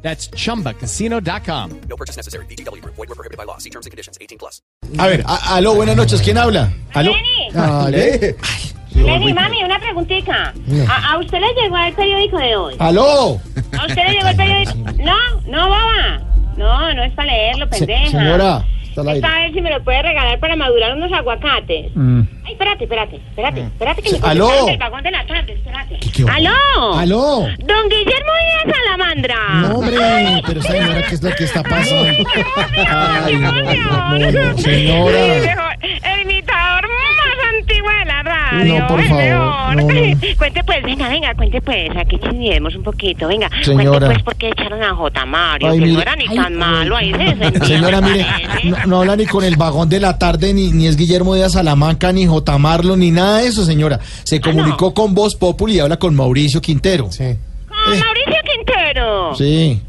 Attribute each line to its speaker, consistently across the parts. Speaker 1: That's chumbacasino.com.
Speaker 2: No purchase necessary. BGW. Void were prohibited by law. See terms and conditions. 18 plus.
Speaker 3: A ver, a- aló, buenas noches, ¿quién habla? Aló.
Speaker 4: Lenny.
Speaker 3: Ale.
Speaker 4: Lenny, mami, una preguntita. ¿A, a usted le llegó el periódico de hoy?
Speaker 3: Aló.
Speaker 4: ¿A usted le llegó el periódico? No, no, boba. No, no es para leerlo,
Speaker 3: Se-
Speaker 4: pendeja.
Speaker 3: señora, está al
Speaker 4: Es
Speaker 3: aire. Mm.
Speaker 4: para ver si me lo puede regalar para madurar unos aguacates. Ay, espérate, espérate, espérate, espérate que me
Speaker 3: Aló.
Speaker 4: contestaron del vagón de la tarde, espérate.
Speaker 3: qué hubo?
Speaker 4: ¡Aló!
Speaker 3: Aló.
Speaker 4: ¡Don Guillermo Díaz Salamandra!
Speaker 3: No, hombre, pero esta señora, ¿qué es lo que está pasando? Ay,
Speaker 4: Ay,
Speaker 3: no, señora.
Speaker 4: El, mejor, el imitador más antiguo de la radio.
Speaker 3: No, por
Speaker 4: el
Speaker 3: favor, no,
Speaker 4: mejor.
Speaker 3: no.
Speaker 4: Cuente pues, venga, venga, cuente pues, aquí chismeemos un poquito, venga.
Speaker 3: Señora.
Speaker 4: Cuente pues por qué echaron a J. Mario,
Speaker 3: Ay,
Speaker 4: que no
Speaker 3: mire.
Speaker 4: era ni tan malo, ahí se defendía,
Speaker 3: Señora,
Speaker 4: me
Speaker 3: mire,
Speaker 4: parece.
Speaker 3: no, no habla ni con el vagón de la tarde, ni, ni es Guillermo de Salamanca, ni J. Marlo, ni nada de eso, señora. Se comunicó con Voz Populi y habla con Mauricio Quintero. Sí.
Speaker 4: Con Ah, Mauricio Quintero.
Speaker 3: Sí.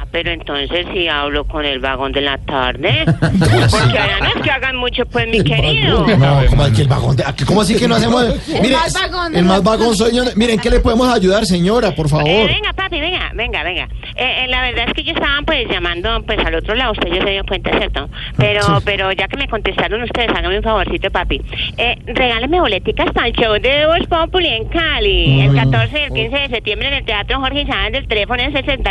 Speaker 4: Ah, pero entonces si hablo con el vagón de la tarde, porque ahora no es que hagan mucho, pues, mi querido.
Speaker 3: No, ¿cómo, es que el vagón de, ah, ¿cómo así que no hacemos? Mire,
Speaker 5: más vagón de
Speaker 3: el
Speaker 5: la
Speaker 3: más vagón soy yo. Miren, ¿qué le podemos ayudar, señora, por
Speaker 4: Eh,
Speaker 3: favor?
Speaker 4: venga, papi, venga, venga, venga. Eh, eh, la verdad es que yo estaba pues llamando pues al otro lado, usted ya se dio cuenta, ¿cierto? Pero
Speaker 3: Ah, Sí.
Speaker 4: pero ya que me contestaron ustedes, hágame un favorcito, papi. Eh, regáleme boleticas para el show de Voz Populi en Cali, el 14 y el 15 de septiembre en el Teatro Jorge Isabel, del teléfono es 60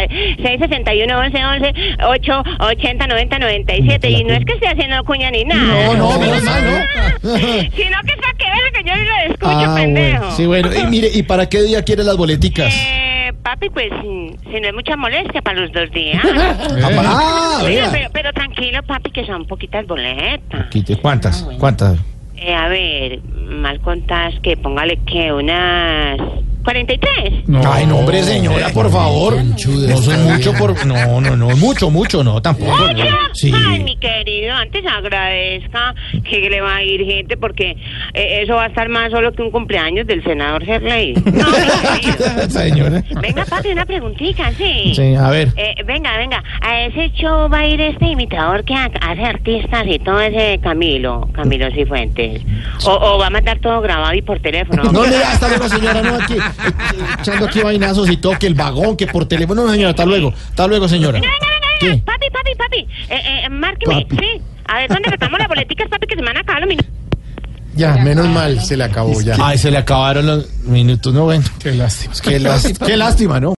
Speaker 4: 661 11 11 8 80 90 97. Y no es que esté haciendo cuña ni nada.
Speaker 3: No, no, menos mal, ¿no?
Speaker 4: Sino que es para que vean que yo ni lo escucho,
Speaker 3: Ah, bueno.
Speaker 4: pendejo.
Speaker 3: Sí, bueno. Y mire, ¿y para qué día quiere las boleticas?
Speaker 4: Eh, papi, pues mm, si no es mucha molestia para los dos días.
Speaker 3: Ah, pa- ah,
Speaker 4: Oiga,
Speaker 3: vea.
Speaker 4: pero, pero tranquilo, papi, que son poquitas boletas.
Speaker 3: Quite, ¿Cuántas? ¿Cuántas?
Speaker 4: Eh, a ver, mal contadas que póngale que unas 43.
Speaker 3: Ay, no, hombre, señora, por favor. No son mucho por. No, no, no. Mucho, mucho, no, tampoco. no. Sí.
Speaker 4: Ay, mi querido, antes agradezca que le va a ir gente porque eh, eso va a estar más solo que un cumpleaños del senador Serley. No, mi querido.
Speaker 3: Señora.
Speaker 4: venga, papi, una preguntita, sí.
Speaker 3: Sí, a ver.
Speaker 4: Eh, venga, venga, a ese show va a ir este imitador que ha- hace artistas y todo ese Camilo, Camilo Cifuentes. O, o va a mandar todo grabado y por teléfono.
Speaker 3: No le da hasta luego, señora, no aquí. eh, Echando aquí vainazos y todo, que el vagón, que por teléfono. No, señora, hasta luego. Hasta luego, señora.
Speaker 4: Venga, venga, venga,
Speaker 3: ¿Qué?
Speaker 4: papi, papi, papi, eh, eh, márqueme,
Speaker 3: Papi.
Speaker 4: sí. A ver, ¿dónde reclamo las boleticas, papi, que se me van a acabar los minutos?
Speaker 6: Ya, menos
Speaker 3: Oh,
Speaker 6: mal, se le acabó ya.
Speaker 3: Ay, se le acabaron los minutos, no, bueno. Qué lástima. Qué lástima, ¿no?